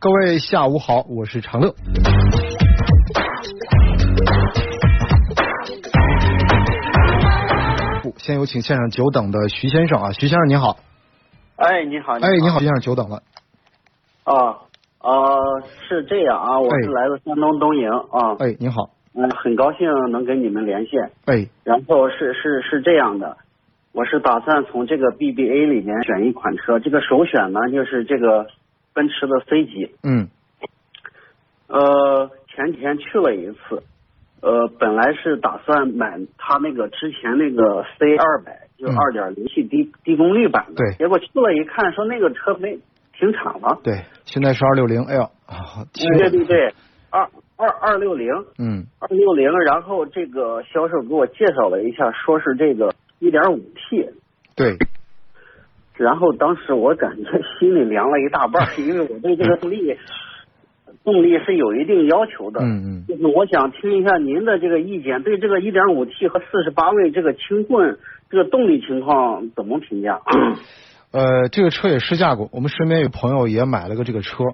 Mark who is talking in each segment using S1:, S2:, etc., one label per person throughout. S1: 各位下午好，我是长乐。不，先有请现场久等的徐先生啊，徐先生您好。
S2: 哎，你好，
S1: 哎，你好，徐先生，久等了。
S2: 啊呃，是这样啊，我是
S1: 哎
S2: 来自山东东营啊，
S1: 哎，您好。
S2: 嗯，很高兴能跟你们连线。
S1: 哎，
S2: 然后是是是这样的，我是打算从这个 BBA 里面选一款车，这个首选呢就是这个奔驰的 C 级。
S1: 嗯
S2: 呃，前几天去了一次，呃，本来是打算买它那个之前那个 C 二百，就
S1: 嗯
S2: 二点零 T 低、低功率版的，
S1: 对
S2: 结果去了一看，说那个车没停产了。
S1: 对，现在是二六零，哎呀，啊，
S2: 嗯对对对，二二二六零
S1: 嗯
S2: 二六零，然后这个销售给我介绍了一下，说是这个一点五 T，
S1: 对，
S2: 然后当时我感觉心里凉了一大半儿，因为我对这个动力动力是有一定要求的。
S1: 嗯嗯，
S2: 就是我想听一下您的这个意见，对这个一点五 T 和四十八位这个轻混这个动力情况怎么评价？
S1: 呃，这个车也试驾过，我们身边有朋友也买了个这个车，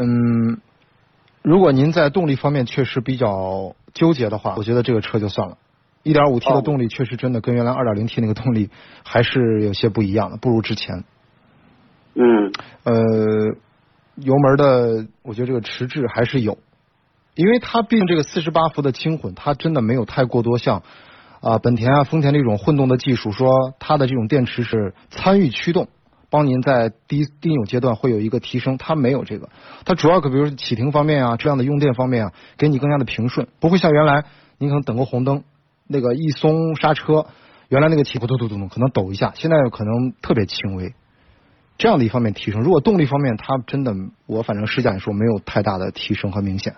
S1: 嗯，如果您在动力方面确实比较纠结的话，我觉得这个车就算了。1.5T 的
S2: 哦
S1: 动力确实真的跟原来 2.0T 那个动力还是有些不一样的，不如之前。
S2: 嗯
S1: 呃，油门的，我觉得这个迟滞还是有，因为它毕竟这个四十八伏的轻混，它真的没有太过多像啊、本田啊、丰田这种混动的技术，说它的这种电池是参与驱动，帮您在低低扭阶段会有一个提升，它没有这个，它主要可比如说启停方面啊，这样的用电方面啊，给你更加的平顺，不会像原来您可能等个红灯，那个一松刹车，原来那个起伏嘟嘟嘟嘟可能抖一下，现在可能特别轻微。这样的一方面提升。如果动力方面，它真的我反正试驾来说没有太大的提升和明显。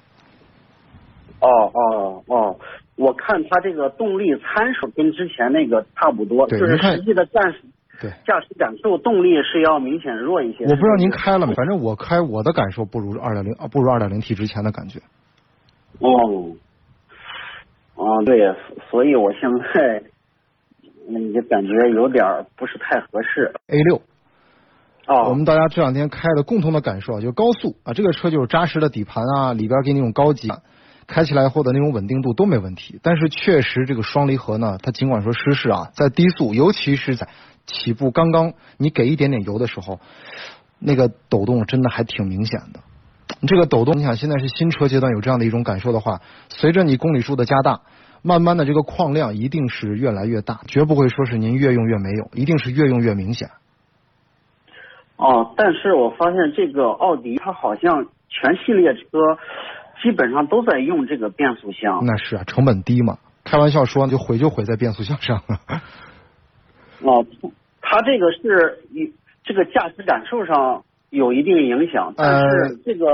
S2: 哦哦哦，我看它这个动力参数跟之前那个差不多，
S1: 对
S2: 就是
S1: 您看
S2: 实际的驾驶
S1: 对
S2: 驾驶感受动力是要明显弱一些。
S1: 我不知道您
S2: 是
S1: 开了没，反正我开我的感受不如二点零啊，不如二点零 T 之前的感觉。
S2: 不是哦，哦对，所以我现在嗯就感觉有点儿不是太合适。
S1: A 六，
S2: 哦，
S1: 我们大家这两天开的共同的感受啊，就是高速啊，这个车就是扎实的底盘啊，里边给你那种高级感，开起来后的那种稳定度都没问题。但是确实这个双离合呢，它尽管说湿式啊，在低速，尤其是在起步刚刚你给一点点油的时候，那个抖动真的还挺明显的。这个抖动，你想现在是新车阶段有这样的一种感受的话，随着你公里数的加大，慢慢的这个矿量一定是越来越大，绝不会说是您越用越没有，一定是越用越明显。
S2: 哦，但是我发现这个奥迪它好像全系列车基本上都在用这个变速箱。
S1: 那是啊，成本低嘛。开玩笑说，就毁就毁在变速箱上了。
S2: 哦，它这个是一这个驾驶感受上有一定影响，
S1: 呃
S2: 但是这个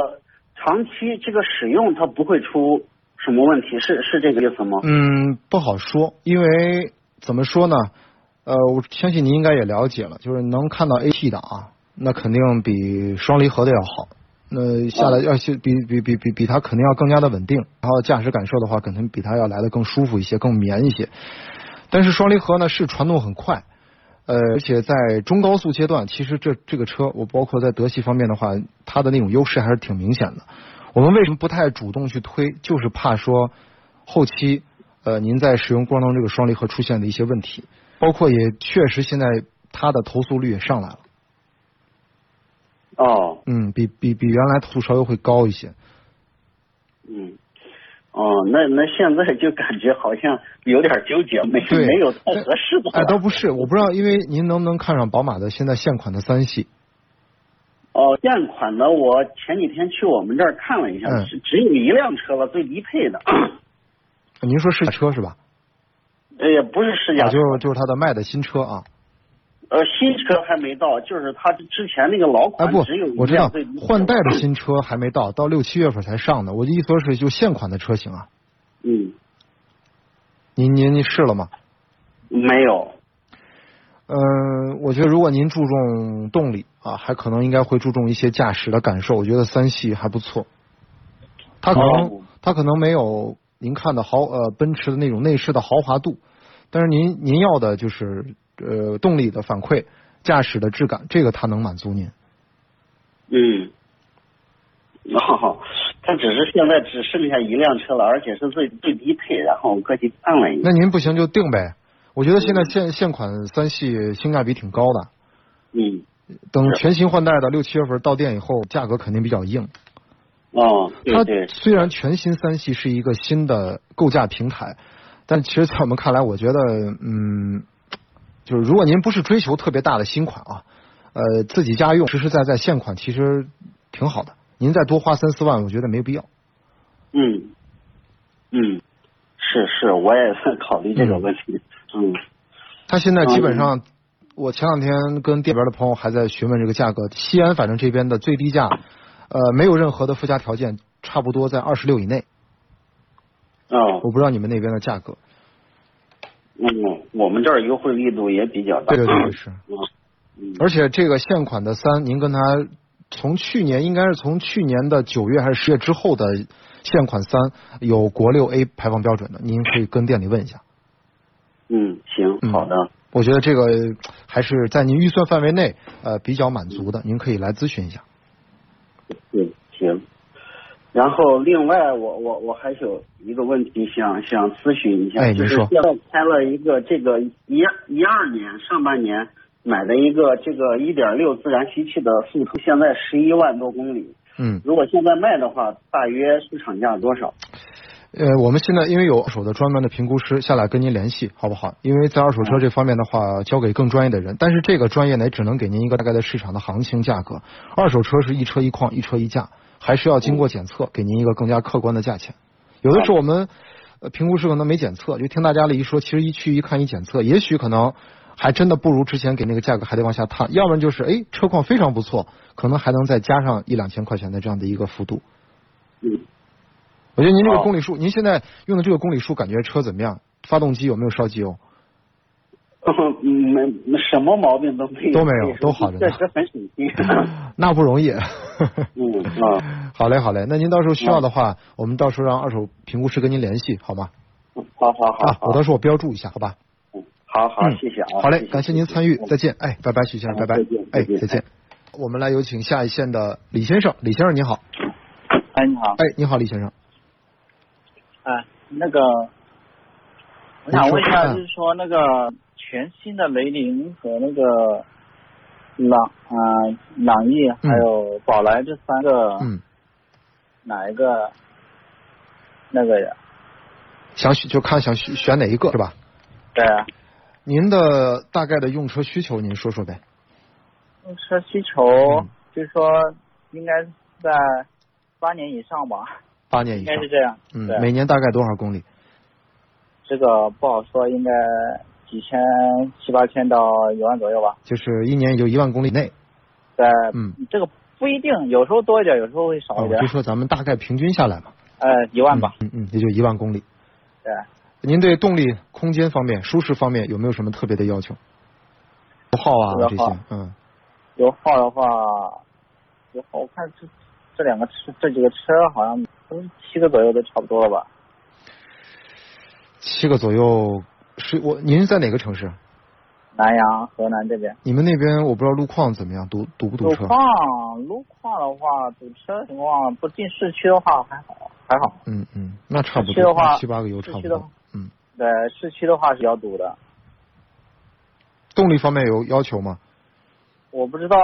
S2: 长期这个使用它不会出什么问题，是是这个意思吗？
S1: 嗯，不好说，因为怎么说呢？呃，我相信您应该也了解了，就是能看到 AT 的啊，那肯定比双离合的要好。那下来要去比比比比比它肯定要更加的稳定，然后驾驶感受的话，肯定比它要来的更舒服一些，更绵一些。但是双离合呢是传动很快，呃，而且在中高速阶段，其实这这个车，我包括在德系方面的话，它的那种优势还是挺明显的。我们为什么不太主动去推，就是怕说后期呃您在使用过程中这个双离合出现的一些问题，包括也确实现在它的投诉率也上来了，
S2: 哦，
S1: 嗯，比比比原来投诉稍微会高一些。
S2: 嗯。哦，那那现在就感觉好像有点纠结，没
S1: 对
S2: 没有太合适的了。
S1: 哎，倒不是，我不知道，因为您能不能看上宝马的现在现款的三系？
S2: 哦，现款的我前几天去我们这儿看了一下，
S1: 嗯
S2: 是只有一辆车了，最低配的，
S1: 您说试驾车是吧？
S2: 呃，也不是试驾
S1: 啊，
S2: 车，
S1: 就就是它的卖的新车啊。
S2: 呃，新车还没到，就是它之前那个老
S1: 哎
S2: 款
S1: 不
S2: 啊只有一，
S1: 我知
S2: 辆
S1: 道
S2: 最低配
S1: 换代的新车还没到，到六七月份才上的。我的意思说是就现款的车型啊，
S2: 嗯，
S1: 您您您试了吗？
S2: 没有，
S1: 嗯，我觉得如果您注重动力啊，还可能应该会注重一些驾驶的感受。我觉得三系还不错，它可能、
S2: 哦
S1: 它可能没有您看的豪呃奔驰的那种内饰的豪华度，但是您您要的就是呃动力的反馈、驾驶的质感，这个它能满足您。
S2: 嗯，哦， 它只是现在只剩下一辆车了，而且是最最低配，然后我过去看了一
S1: 那
S2: 眼，
S1: 您不行就定呗。我觉得现在现现款三系性价比挺高的，
S2: 嗯，
S1: 等
S2: 是
S1: 全新换代的六七月份到店以后，价格肯定比较硬。
S2: 哦，对
S1: 它
S2: 对，
S1: 虽然全新三系是一个新的构架平台，但其实在我们看来，我觉得，嗯，就是如果您不是追求特别大的新款啊，呃，自己家用实实在在现款其实挺好的。您再多花三四万，我觉得没必要。
S2: 嗯，嗯，是是，我也在考虑这个问题，嗯，
S1: 它现在基本上，我前两天跟店里边的朋友还在询问这个价格。西安反正这边的最低价，呃，没有任何的附加条件，差不多在二十六以内。
S2: 哦，
S1: 我不知道你们那边的价格。
S2: 嗯，我们这儿优惠力度也比较大，
S1: 对对对，是。
S2: 嗯，
S1: 而且这个现款的三，您跟它从去年应该是从去年的九月还是十月之后的现款三有国六 A 排放标准的，您可以跟店里问一下。
S2: 嗯，行，
S1: 嗯
S2: 好的，
S1: 我觉得这个呃还是在您预算范围内，呃，比较满足的，您可以来咨询一下。
S2: 对，嗯行。然后另外我，我我还有一个问题想想咨询一下，
S1: 哎您
S2: 就是
S1: 说
S2: 现在开了一个这个一一二年上半年买的一个这个一点六自然吸气的速腾，现在十一万多公里，
S1: 嗯，
S2: 如果现在卖的话，大约市场价多少？
S1: 呃，我们现在因为有二手的专门的评估师下来跟您联系，好不好？因为在二手车这方面的话，交给更专业的人，但是这个专业呢，也只能给您一个大概的市场的行情价格。二手车是一车一况，一车一价，还是要经过检测，给您一个更加客观的价钱。有的时候我们呃评估师可能没检测，就听大家的一说，其实一去一看一检测，也许可能还真的不如之前给那个价格还得往下探，要不然就是哎车况非常不错，可能还能再加上一两千块钱的这样的一个幅度。
S2: 嗯，
S1: 我觉得您这个
S2: 哦
S1: 公里数，您现在用的这个公里数，感觉车怎么样？发动机有没有烧机油？
S2: 嗯没没什么毛病都没有，
S1: 都没有
S2: 可以说
S1: 都好着呢
S2: 这车很省 心。
S1: 那不容易。
S2: 嗯啊，
S1: 好嘞，好嘞。那您到时候需要的话，我们到时候让二手评估师跟您联系，好吗？
S2: 好好好
S1: 啊，
S2: 好，
S1: 我到时候我标注一下，好吧？
S2: 嗯好好，
S1: 嗯
S2: 谢谢啊，
S1: 好
S2: 谢
S1: 嘞，
S2: 谢
S1: 感谢您参与，再见。哎，拜拜，许先生，
S2: 好
S1: 拜拜
S2: 再见。
S1: 哎，
S2: 再见
S1: 再见。我们来有请下一线的李先生，李先生你好。
S3: 哎，你好，
S1: 哎，你好，李先生。
S3: 哎，那个，我想问一下，就是说那个全新的雷凌和那个朗啊、朗逸
S1: 嗯
S3: 还有宝来这三个，
S1: 嗯，
S3: 哪一个那个呀？
S1: 想选就看想选选哪一个是吧？
S3: 对啊，
S1: 您的大概的用车需求，您说说呗。
S3: 用车需求、
S1: 嗯
S3: 就是说应该是在八年以上吧，
S1: 八年以
S3: 应
S1: 上
S3: 该，是这样。
S1: 嗯
S3: 对，，啊
S1: 每年大概多少公里？
S3: 这个不好说，应该几千、七八千到一万左右吧。
S1: 就是一年也就一万公里内。
S3: 对，
S1: 嗯，
S3: 这个不一定，有时候多一点，有时候会
S1: 啊，
S3: 少一
S1: 我
S3: 点
S1: 就。说咱们大概平均下来嘛，
S3: 呃，一万吧。
S1: 嗯嗯，也就一万公里。
S3: 对，
S1: 您对动力、空间方面、舒适方面有没有什么特别的要求？油耗啊
S3: 油耗
S1: 这些，嗯，
S3: 油耗的话，油耗我看这这两个车，这几个车好像都七个左右都差不多了吧？
S1: 七个左右是我。您在哪个城市？啊
S3: 南阳、河南这边
S1: 你们那边我不知道路况怎么样，堵堵不堵
S3: 路
S1: 车？
S3: 况，路况的话，堵车情况不进市区的话还好，还好。
S1: 嗯嗯，那差不
S3: 市区的
S1: 多
S3: 话
S1: 七八个油差
S3: 市
S1: 不
S3: 区的
S1: 多
S3: 话。
S1: 嗯，
S3: 对，市区的话是比较堵的。
S1: 动力方面有要求吗？
S3: 我不知道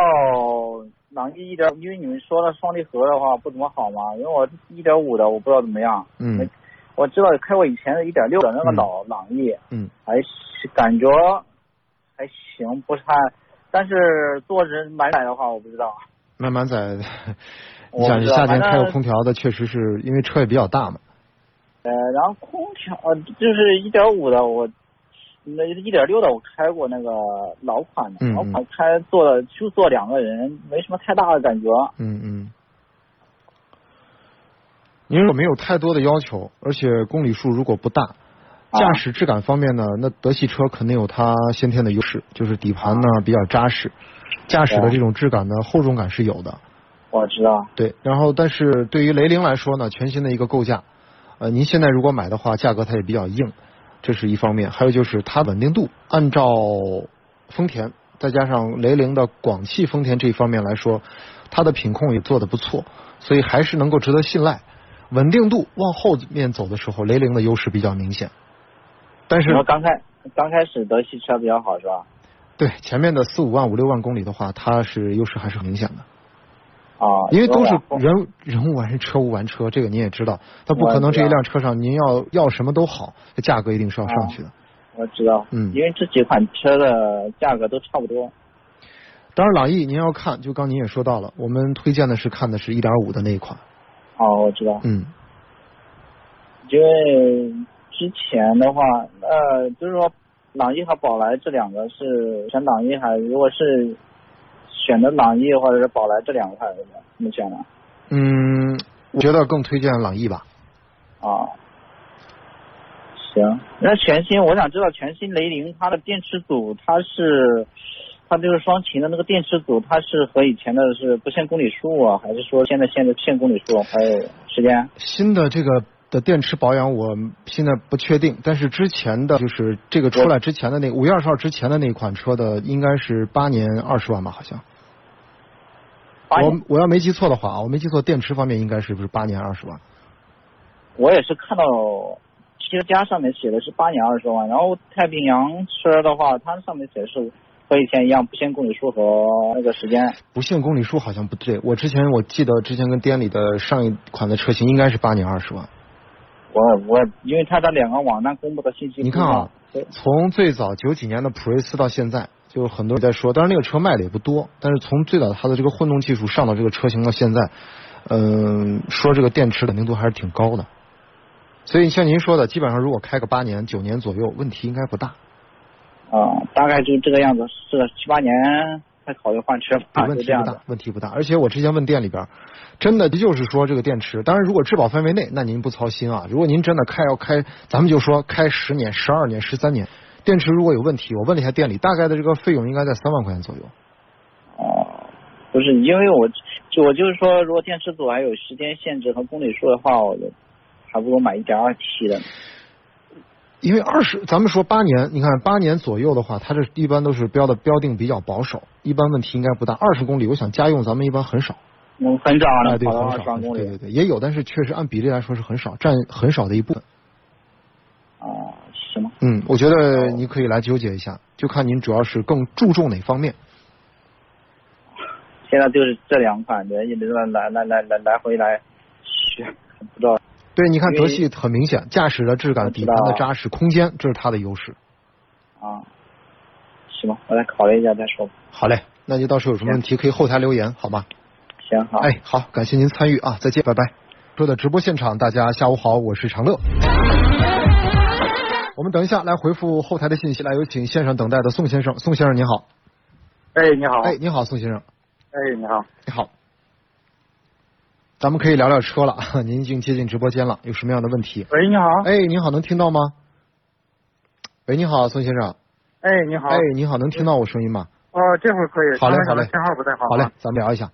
S3: 朗逸一点，因为你们说了双离合的话不怎么好嘛，因为我一点五的我不知道怎么样。
S1: 嗯
S3: 我知道开过以前的一点六的那个老朗逸，
S1: 嗯，
S3: 还是感觉还行，不是太，但是坐着买奶的话，我不知道。
S1: 慢慢在，你
S3: 我
S1: 想
S3: 不知道
S1: 夏天
S3: 反正
S1: 开个空调的，确实是因为车也比较大嘛。
S3: 呃，然后空调呃就是一点五的，我那一点六的我开过那个老款的，
S1: 嗯嗯
S3: 老款开坐了就坐两个人，没什么太大的感觉。
S1: 嗯，嗯，您如果没有太多的要求，而且公里数如果不大，
S3: 啊
S1: 驾驶质感方面呢，那德系车肯定有它先天的优势，就是底盘呢比较扎实，驾驶的这种质感呢厚重感是有的。
S3: 我知道，
S1: 对，然后但是对于雷凌来说呢，全新的一个构架，呃，您现在如果买的话，价格它也比较硬。这是一方面，还有就是它稳定度，按照丰田再加上雷凌的广汽丰田这一方面来说，它的品控也做得不错，所以还是能够值得信赖。稳定度往后面走的时候，雷凌的优势比较明显，但是
S3: 然后刚开刚开始德系车比较好是吧？
S1: 对前面的四五万五六万公里的话，它是优势还是很明显的。
S3: 啊，
S1: 因为都是
S3: 说吧
S1: 人人无完人，车无完车，这个您也知道，它不可能这一辆车上您要要什么都好，这价格一定是要上
S3: 啊
S1: 去的。
S3: 我知道，
S1: 嗯
S3: 因为这几款车的价格都差不多。
S1: 当然，朗逸您要看，就刚您也说到了，我们推荐的是看的是一点五的那一款。
S3: 哦，我知道，
S1: 嗯，
S3: 因为之前的话，呃，就是说朗逸和宝来这两个是选朗逸还，如果是选择朗逸或者是宝来这两款，怎么选呢？
S1: 嗯，我觉得更推荐朗逸吧。
S3: 啊，行，那全新我想知道全新雷凌它的电池组它是，它这个双擎的那个电池组它是和以前的是不限公里数啊，还是说现在现在限公里数还有时间？
S1: 新的这个的电池保养，我现在不确定，但是之前的就是这个出来之前的那五月二十号之前的那款车的，应该是八年二十万吧，好像。
S3: 八
S1: 我
S3: 年
S1: 我要没记错的话啊，我没记错，电池方面应该是不是八年二十万？
S3: 我也是看到汽车家上面写的是八年二十万，然后太平洋车的话，它上面写的是和以前一样不限公里数和那个时间。
S1: 不限公里数好像不对，我之前我记得之前跟店里的上一款的车型应该是八年二十万。
S3: 我我因为它的两个网站公布的信息不
S1: 你
S3: 一样，
S1: 看啊
S3: 对，
S1: 从最早九几年的普锐斯到现在，就很多人在说，当然那个车卖的也不多，但是从最早它的这个混动技术上到这个车型到现在，嗯、说这个电池稳定度还是挺高的。所以像您说的，基本上如果开个八年、九年左右，问题应该不大，
S3: 啊、大概就这个样子，是个七八年才考虑换车吧，
S1: 问
S3: 就
S1: 题
S3: 啊这样
S1: 不
S3: 子
S1: 大，问题不大。而且我之前问店里边儿，真的就是说这个电池，当然如果质保范围内，那您不操心啊。如果您真的开要开，咱们就说开十年、十二年、十三年，电池如果有问题，我问了一下店里，大概的这个费用应该在三万块钱左右。
S3: 哦，不是，因为我就我就是说，如果电池组还有时间限制和公里数的话，我就还不如买一点二 T 的。
S1: 因为二十，咱们说八年，你看八年左右的话，它这一般都是标的标定比较保守，一般问题应该不大。二十公里，我想家用咱们一般很少，
S3: 嗯，很少
S1: 啊
S3: 能
S1: 对，
S3: 跑
S1: 很
S3: 到二
S1: 少，
S3: 十万
S1: 很少
S3: 公
S1: 对
S3: 里
S1: 对对，也有，但是确实按比例来说是很少，占很少的一部分。
S3: 啊、行吧。
S1: 嗯，我觉得你可以来纠结一下，就看您主要是更注重哪方面。
S3: 现在就是这两款，人一直在来来来来来回来选，不知道
S1: 对，你看
S3: 因为
S1: 德系很明显，驾驶的质感、
S3: 我知
S1: 底
S3: 道
S1: 盘的扎实、空间，这是它的优势。
S3: 啊。行吧，我再考虑一下再说吧。
S1: 好嘞，那就到时候有什么问题可以后台留言，好吗？
S3: 行好，
S1: 哎，好，感谢您参与啊，再见，拜拜。说的直播现场，大家下午好，我是常乐。我们等一下来回复后台的信息，来有请线上等待的宋先生。宋先生您好，
S2: 哎，你好
S1: 哎，你好，宋先生，
S2: 哎，你好。
S1: 你好。咱们可以聊聊车了， 您已经接近直播间了，有什么样的问题？
S2: 喂，你好。
S1: 哎，您好，能听到吗？喂，你好，宋先生。
S2: 哎，你好
S1: 哎，你好，能听到我声音吗？
S2: 哦，这会儿可以。
S1: 好嘞
S2: 刚才
S1: 好嘞
S2: 可能信号不太好。
S1: 好嘞，。咱们聊一下。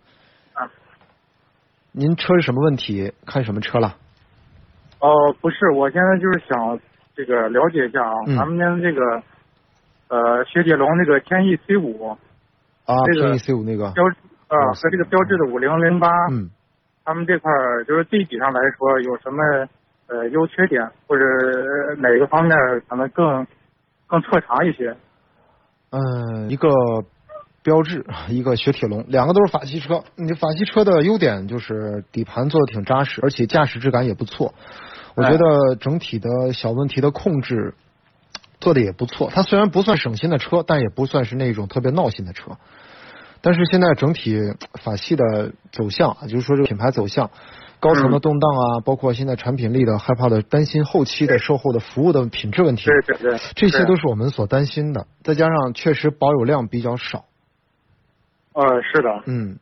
S2: 啊。
S1: 您车是什么问题？看什么车了？
S2: 哦，不是，我现在就是想这个了解一下啊，
S1: 嗯
S2: 咱们家这个呃雪铁龙这个天翼 C 五
S1: 啊
S2: 这个
S1: ，P E C 五那个。
S2: 标呃
S1: 哦
S2: 和这个标志的五零零八，
S1: 嗯。
S2: 他们这块儿就是对比上来说有什么呃优缺点，或者呃哪个方面可能更更特长一些？
S1: 嗯，一个标志，一个雪铁龙，两个都是法系车。你法系车的优点就是底盘做的挺扎实，而且驾驶质感也不错。我觉得整体的小问题的控制做的也不错。它虽然不算省心的车，但也不算是那种特别闹心的车。但是现在整体法系的走向啊，就是说这个品牌走向，高层的动荡啊，包括现在产品力的害怕的担心后期的售后的服务的品质问题，
S2: 对对对，
S1: 这些
S2: 对
S1: 都是我们所担心的，再加上确实保有量比较少，
S2: 呃是的，
S1: 嗯，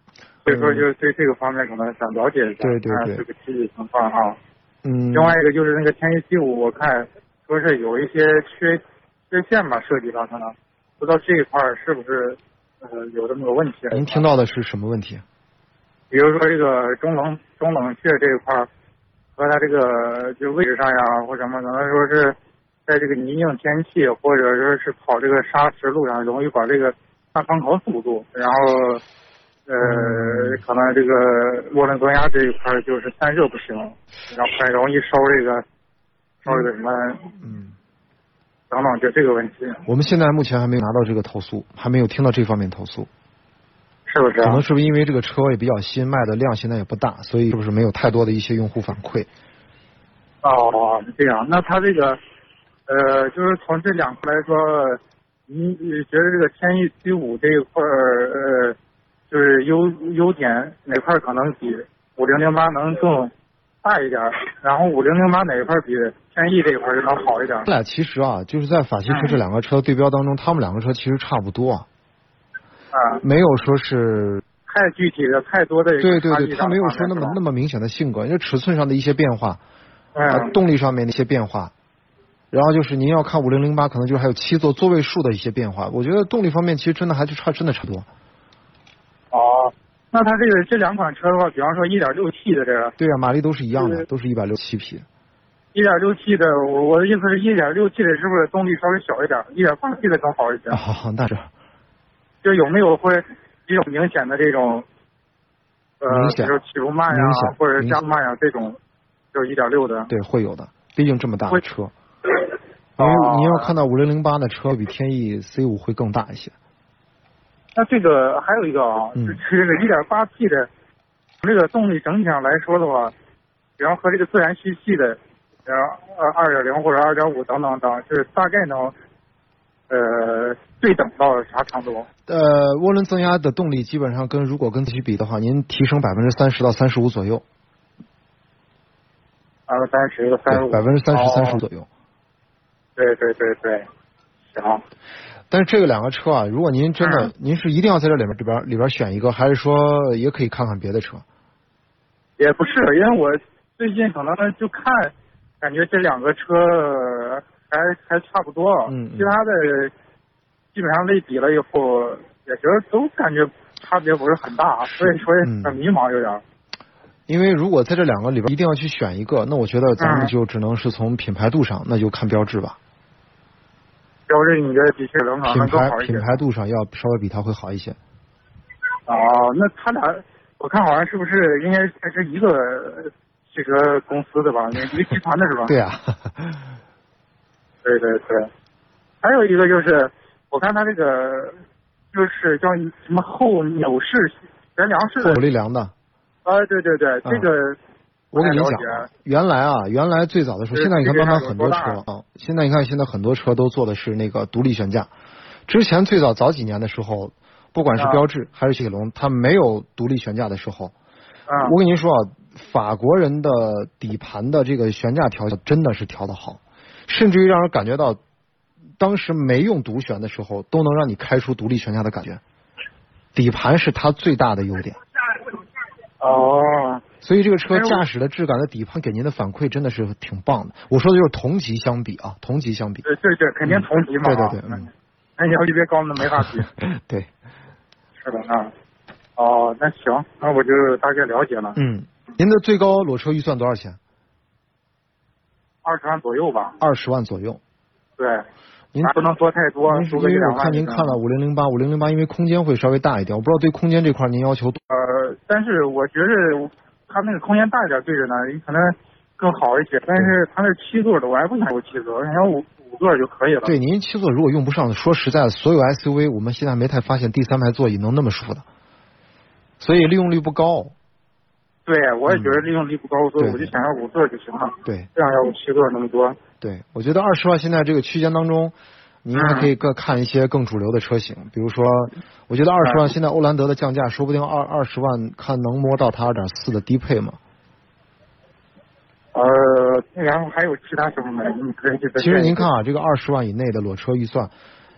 S2: 所以说就是对这个方面可能想了解一下，
S1: 对对
S2: 看
S1: 对
S2: 这个具体情况啊。
S1: 嗯，
S2: 另外一个就是那个天翼 C 五，我看说是有一些缺缺陷吧，设计上可能不知道这一块儿是不是呃有这么个问题。
S1: 您听到的是什么问题？
S2: 比如说这个中冷中冷却这一块儿，和它这个就位置上呀或什么，可能说是
S4: 在这个泥泞天气或者说是跑这个砂石路上，容易把这个大伤口堵住，然后呃，可能这个涡轮增压这一块儿就是散热不行，然后很容易烧这个烧这个什么
S1: 嗯，
S4: 等等这这个问题，
S1: 我们现在目前还没有拿到这个投诉，还没有听到这方面投诉。
S4: 是不是
S1: 可
S4: 啊？
S1: 能是不是因为这个车也比较新，卖的量现在也不大，所以是不是没有太多的一些用户反馈？
S4: 哦，是这样，那它这个，呃，就是从这两块来说，你你觉得这个天翼 T 五这一块儿，呃，就是优优点哪块儿可能比五零零八能更大一点儿？然后五零零八哪一块儿比天翼这一块儿就能好一点儿？
S1: 他俩其实啊，就是在法西车这两个车对标当中，他们两个车其实差不多，啊，
S4: 啊，
S1: 没有说是
S4: 太具体的太多的一
S1: 对
S4: 个
S1: 对
S4: 差
S1: 对，
S4: 距
S1: 它
S4: 上
S1: 没有
S4: 面
S1: 说那么
S4: 是
S1: 那
S4: 吧
S1: 么明显的性格，因为尺寸上的一些变化，呃
S4: 嗯，
S1: 动力上面的一些变化，然后就是您要看五零零八，可能就是还有七座座位数的一些变化。我觉得动力方面其实真的还是差，真的差不多。
S4: 哦，那它这个这两款车的话，比方说一点六 T 的这个，
S1: 对啊，马力都是一样的，
S4: 对
S1: 都是一百六七匹。
S4: 一点六 T 的，我我的意思是一点六 T 的是不是动力稍微小一点，一点八 T 的更好一些
S1: 啊，？ 好那是
S4: 就有没有会比较明显的这种，呃
S1: 明，
S4: 比
S1: 显
S4: 如起步慢呀、
S1: 明显
S4: 或者是
S1: 明
S4: 加
S1: 显
S4: 速慢呀、这种，就是一点六的。
S1: 对会有的，毕竟这么大的
S4: 会
S1: 车，因
S4: 哦
S1: 为您要看到五零零八的车比天翼 C 五会更大一些。
S4: 那这个还有一个啊，
S1: 嗯
S4: 就是这个一点八 T 的，从这个动力整体上来说的话，比方和这个自然吸气的，然后呃二点零或者二点五等等等，就是大概能，呃，对等到啥程度？
S1: 呃，涡轮增压的动力基本上跟如果跟自己比的话，您提升百分之三十到三十五左右，
S4: 二三十到三十
S1: 对，
S4: 五，
S1: 百分之三十三十
S4: 哦
S1: 左右。
S4: 对对对对，行，
S1: 但是这个两个车啊，如果您真的、
S4: 嗯
S1: 您是一定要在这里面这边里边选一个，还是说也可以看看别的车？
S4: 也不是，因为我最近可能就看，感觉这两个车呃还还差不多，
S1: 嗯嗯
S4: 其他的基本上类比了以后，也觉得都感觉差别不是很大，啊所以说
S1: 嗯
S4: 很迷茫有点儿。
S1: 因为如果在这两个里边一定要去选一个，那我觉得咱们
S4: 嗯
S1: 就只能是从品牌度上，那就看标志吧。
S4: 标志你觉得比雪龙可
S1: 品
S4: 能更
S1: 牌
S4: 啊好一些
S1: 品？牌度上要稍微比它会好一些。
S4: 哦，那他俩我看好像是不是应该还是一个汽车公司的吧？一个集团的是吧？
S1: 对 啊，
S4: 对对对，还有一个就是，我看他这个就是叫什么后扭式悬梁式的
S1: 有，力量的。
S4: 啊，对对对，这个
S1: 我跟您
S4: 了
S1: 讲
S4: 解，
S1: 原来啊，原来最早的时候，
S4: 对
S1: 现在你看
S4: 这个
S1: 慢慢
S4: 有
S1: 很
S4: 多
S1: 多车
S4: 大
S1: 啊，现在你看现在很多车都做的是那个独立悬架。之前最早早几年的时候，不管是
S4: 啊
S1: 标致还是雪铁龙，它没有独立悬架的时候，
S4: 啊，
S1: 我跟您说啊，法国人的底盘的这个悬架调教真的是调的好，甚至于让人感觉到，当时没用独悬的时候，都能让你开出独立悬架的感觉。底盘是它最大的优点，
S4: 哦，
S1: 所以这个车
S4: 哎我
S1: 驾驶的质感的底盘给您的反馈真的是挺棒的。我说的就是同级相比啊，同级相比，
S4: 对对对，肯定同级嘛，
S1: 对对对
S4: 那
S1: 嗯
S4: 那要级别高那没法比，
S1: 对，
S4: 是的啊。哦，那行，那我就大概了解了，
S1: 嗯，您的最高裸车预算多少钱？
S4: 二十万左右吧，
S1: 二十万左右。
S4: 对，
S1: 您
S4: 咱不能多太多
S1: 您，是
S4: 多
S1: 因
S4: 个一
S1: 为
S4: 两
S1: 我
S4: 万
S1: 看
S4: 就行。
S1: 您看了五零零八，五零零八因为空间会稍微大一点，我不知道对空间这块您要求多
S4: 呃，但是我觉得它那个空间大一点对着呢，可能更好一些。但是它是七座的，我还不想有七座，我想要五五座就可以了。
S1: 对，您七座如果用不上，说实在的，所有 SUV 我们现在没太发现第三排座椅能那么舒服的，所以利用率不高。
S4: 对，我也觉得利用率不高，所
S1: 嗯
S4: 以
S1: 对
S4: 我就想要五座就行了，
S1: 对
S4: 这样要有七座那么多。
S1: 对，我觉得二十万现在这个区间当中，您还可以更看一些更主流的车型，比如说，我觉得二十万现在欧蓝德的降价，说不定二二十万看能摸到它二点四的低配嘛。
S4: 呃，然后还有其他什么的，你可以去再
S1: 其实您
S4: 看
S1: 看啊，这个二十万以内的裸车预算，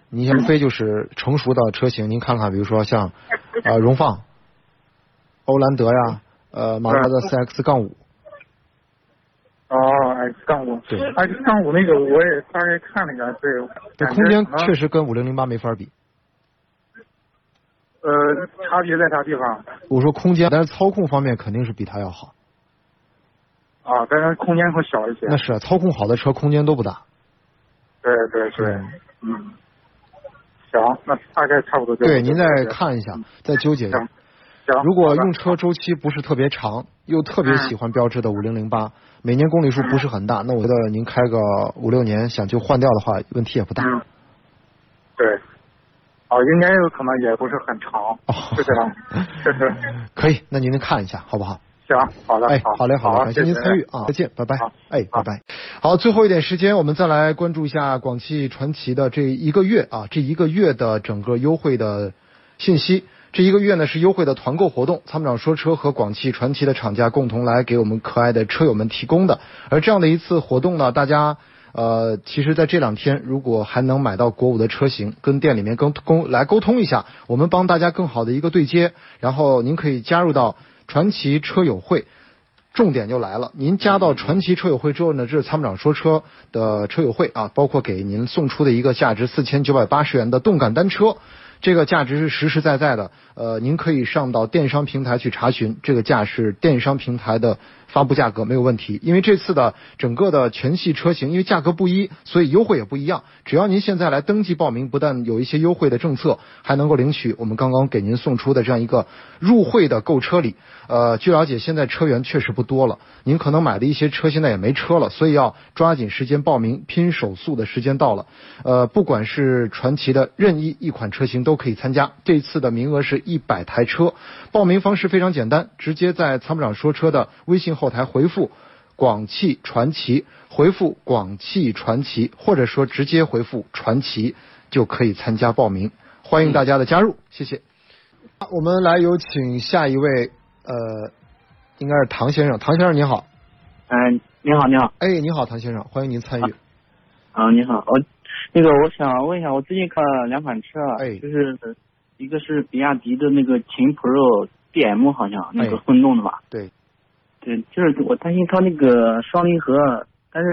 S1: 您无非就是成熟的车型，您看看，比如说像呃荣放、欧蓝德呀，呃马自达的 CX 杠五。
S4: 哦，X 杠五，
S1: 对
S4: ，X 杠哎五那个我也大概看了一下，对，
S1: 这
S4: 感觉
S1: 空间
S4: 可能
S1: 确实跟五零零八没法比。
S4: 呃差别在啥地方
S1: 我说空间，但是操控方面肯定是比它要好。
S4: 啊？但是空间会小一些。
S1: 那是啊，操控好的车空间都不大。
S4: 对对对，嗯，行，那大概差不多就
S1: 对，您再看一下，再纠结一下
S4: 行。行，
S1: 如果
S4: 好的嗯
S1: 用车周期不是特别长，又特别喜欢标致的五零零八，每年公里数不是很大，那我觉得您开个五六年想就换掉的话，问题也不大。
S4: 嗯，对，哦，应该有可能也不是很长，
S1: 哦
S4: 是这 样， 就是
S1: 可以，那您能看一下好不好？
S4: 行，好的，
S1: 哎，好嘞，好嘞，
S4: 好，
S1: 感谢您
S4: 谢
S1: 参与啊，再见，拜拜
S4: 好。
S1: 哎，拜
S4: 好
S1: 拜。好，最后一点时间，我们再来关注一下广汽传祺的这一个月啊，这一个月的整个优惠的信息。这一个月呢是优惠的团购活动，参谋长说车和广汽传祺的厂家共同来给我们可爱的车友们提供的。而这样的一次活动呢，大家呃，其实在这两天如果还能买到国五的车型，跟店里面沟沟来沟通一下，我们帮大家更好的一个对接。然后您可以加入到传祺车友会。重点就来了，您加到传祺车友会之后呢，这是参谋长说车的车友会啊，包括给您送出的一个价值四千九百八十元的动感单车，这个价值是实实在在的，呃，您可以上到电商平台去查询，这个价是电商平台的发布价格，没有问题。因为这次的整个的全系车型，因为价格不一，所以优惠也不一样。只要您现在来登记报名，不但有一些优惠的政策，还能够领取我们刚刚给您送出的这样一个入会的购车礼。呃，据了解，现在车源确实不多了，您可能买的一些车现在也没车了，所以要抓紧时间报名，拼手速的时间到了。呃，不管是传祺的任意一款车型都可以参加，这次的名额是一百台车，报名方式非常简单，直接在参谋长说车的微信后台回复。广汽传祺，回复广汽传祺，或者说直接回复传祺就可以参加报名，欢迎大家的加入，谢谢。嗯好我们来有请下一位，呃，应该是唐先生，唐先生你好，
S3: 嗯，你好，你好，
S1: 哎，你好，唐先生，欢迎您参与，
S3: 啊，你好，我那个我想问一下，我最近看了两款车，啊
S1: 哎，
S3: 就是一个是比亚迪的那个秦 Pro DM，好像那个
S1: 哎
S3: 混动的吧？
S1: 对，
S3: 对，就是我担心它那个双离合，啊但是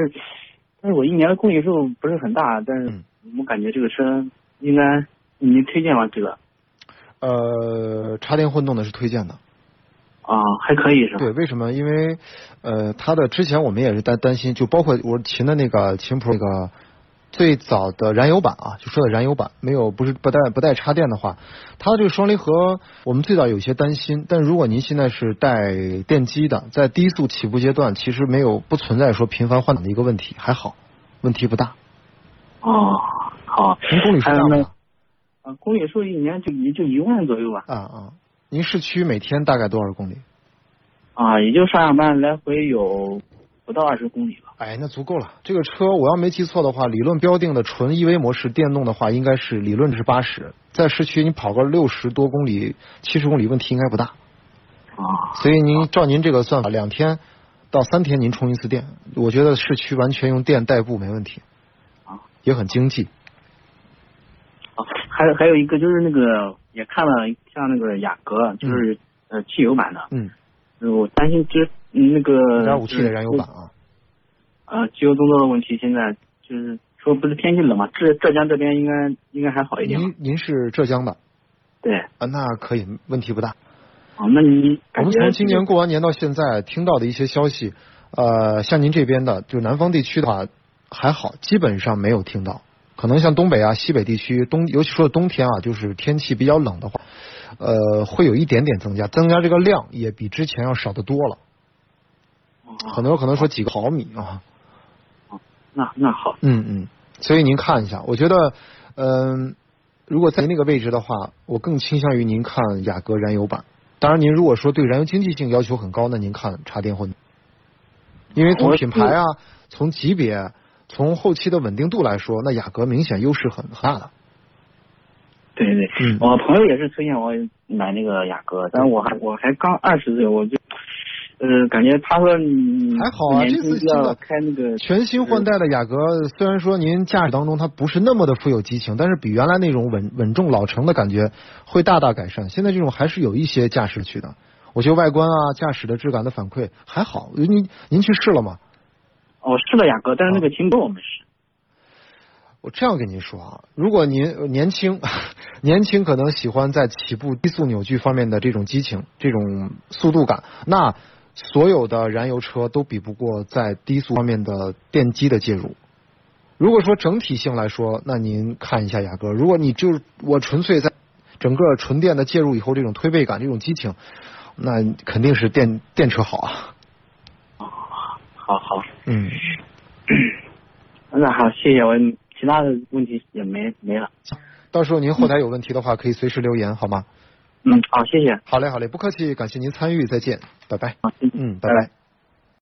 S3: 但是我一年的公里数不是很大，但是
S1: 嗯
S3: 我感觉这个车应该你推荐吧？这个
S1: 呃，插电混动的是推荐的，
S3: 啊，还可以是吧？
S1: 对，为什么？因为呃，它的之前我们也是担担心，就包括我秦的那个秦 Pro 那个最早的燃油版啊，就说的燃油版没有不是不带不带插电的话，它的这个双离合我们最早有些担心，但如果您现在是带电机的，在低速起步阶段，其实没有不存在说频繁换挡的一个问题，还好，问题不大。
S3: 哦，好，
S1: 您公里数
S3: 还
S1: 大
S3: 有呢
S1: 吗？，
S3: 啊，公里数一年就也就一万左右吧。
S1: 啊啊，您市区每天大概多少公里？
S3: 啊，也就上下班来回有不到二十公里吧。
S1: 哎，那足够了。这个车我要没记错的话，理论标定的纯 EV 模式电动的话，应该是理论是八十，在市区你跑个六十多公里、七十公里问题应该不大。哦
S3: 啊，
S1: 所以您照您这个算法，两天到三天您充一次电，我觉得市区完全用电代步没问题
S3: 啊，
S1: 也很经济。
S3: 啊还有还有一个就是那个也看了像那个雅阁，就是、呃汽油版的，
S1: 嗯，
S3: 呃我担心之嗯那个
S1: 1 5 T 的燃油版啊，
S3: 呃机油增多的问题，现在就是说不是天气冷嘛，浙浙江这边应该应该还嗯好一点吧。
S1: 您您是浙江的
S3: 对，
S1: 啊，那可以，问题不大。
S3: 啊，那你
S1: 我
S3: 感
S1: 们
S3: 觉
S1: 从今年过完年到现在听到的一些消息，呃，像您这边的，就南方地区的话还好，基本上没有听到。可能像东北啊、西北地区，冬尤其说冬天啊，就是天气比较冷的话，呃，会有一点点增加，增加这个量也比之前要少得多了。
S3: 哦
S1: 很多可能说几个毫米啊，
S3: 那那好，
S1: 嗯嗯，所以您看一下，我觉得，嗯、如果在您那个位置的话，我更倾向于您看雅阁燃油版。当然，您如果说对燃油经济性要求很高，那您看插电混，因为从
S3: 我
S1: 品牌啊、从级别、从后期的稳定度来说，那雅阁明显优势很很大的。
S3: 对对，
S1: 嗯
S3: 我朋友也是推荐我买那个雅阁，但我还我还刚二十岁，我就呃感觉他说你
S1: 还好啊
S3: 年
S1: 这次
S3: 轻就
S1: 真的
S3: 要开那个
S1: 全新换代的雅阁，虽然说您驾驶当中它不是那么的富有激情，但是比原来那种稳稳重老成的感觉会大大改善。现在这种还是有一些驾驶去的，我觉得外观啊、驾驶的质感的反馈还好。您您去试了吗？
S3: 哦试了雅阁，但是那个秦哥我没试。
S1: 我这样跟您说啊，如果您呃年轻， 年轻可能喜欢在起步低速扭矩方面的这种激情、这种速度感，那所有的燃油车都比不过在低速方面的电机的介入。如果说整体性来说，那您看一下雅阁。如果你就是我纯粹在整个纯电的介入以后，这种推背感、这种激情，那肯定是电电车好啊。
S3: 好好，
S1: 嗯，
S3: 那好，谢谢我，其他的问题也没没了。
S1: 到时候您后台有问题的话，可以随时留言，好吗？
S3: 嗯，好，谢谢，
S1: 好嘞，好嘞，不客气，感谢您参与，再见，拜拜。
S3: 好，谢谢。
S1: 嗯，拜
S3: 拜
S1: 拜
S3: 拜。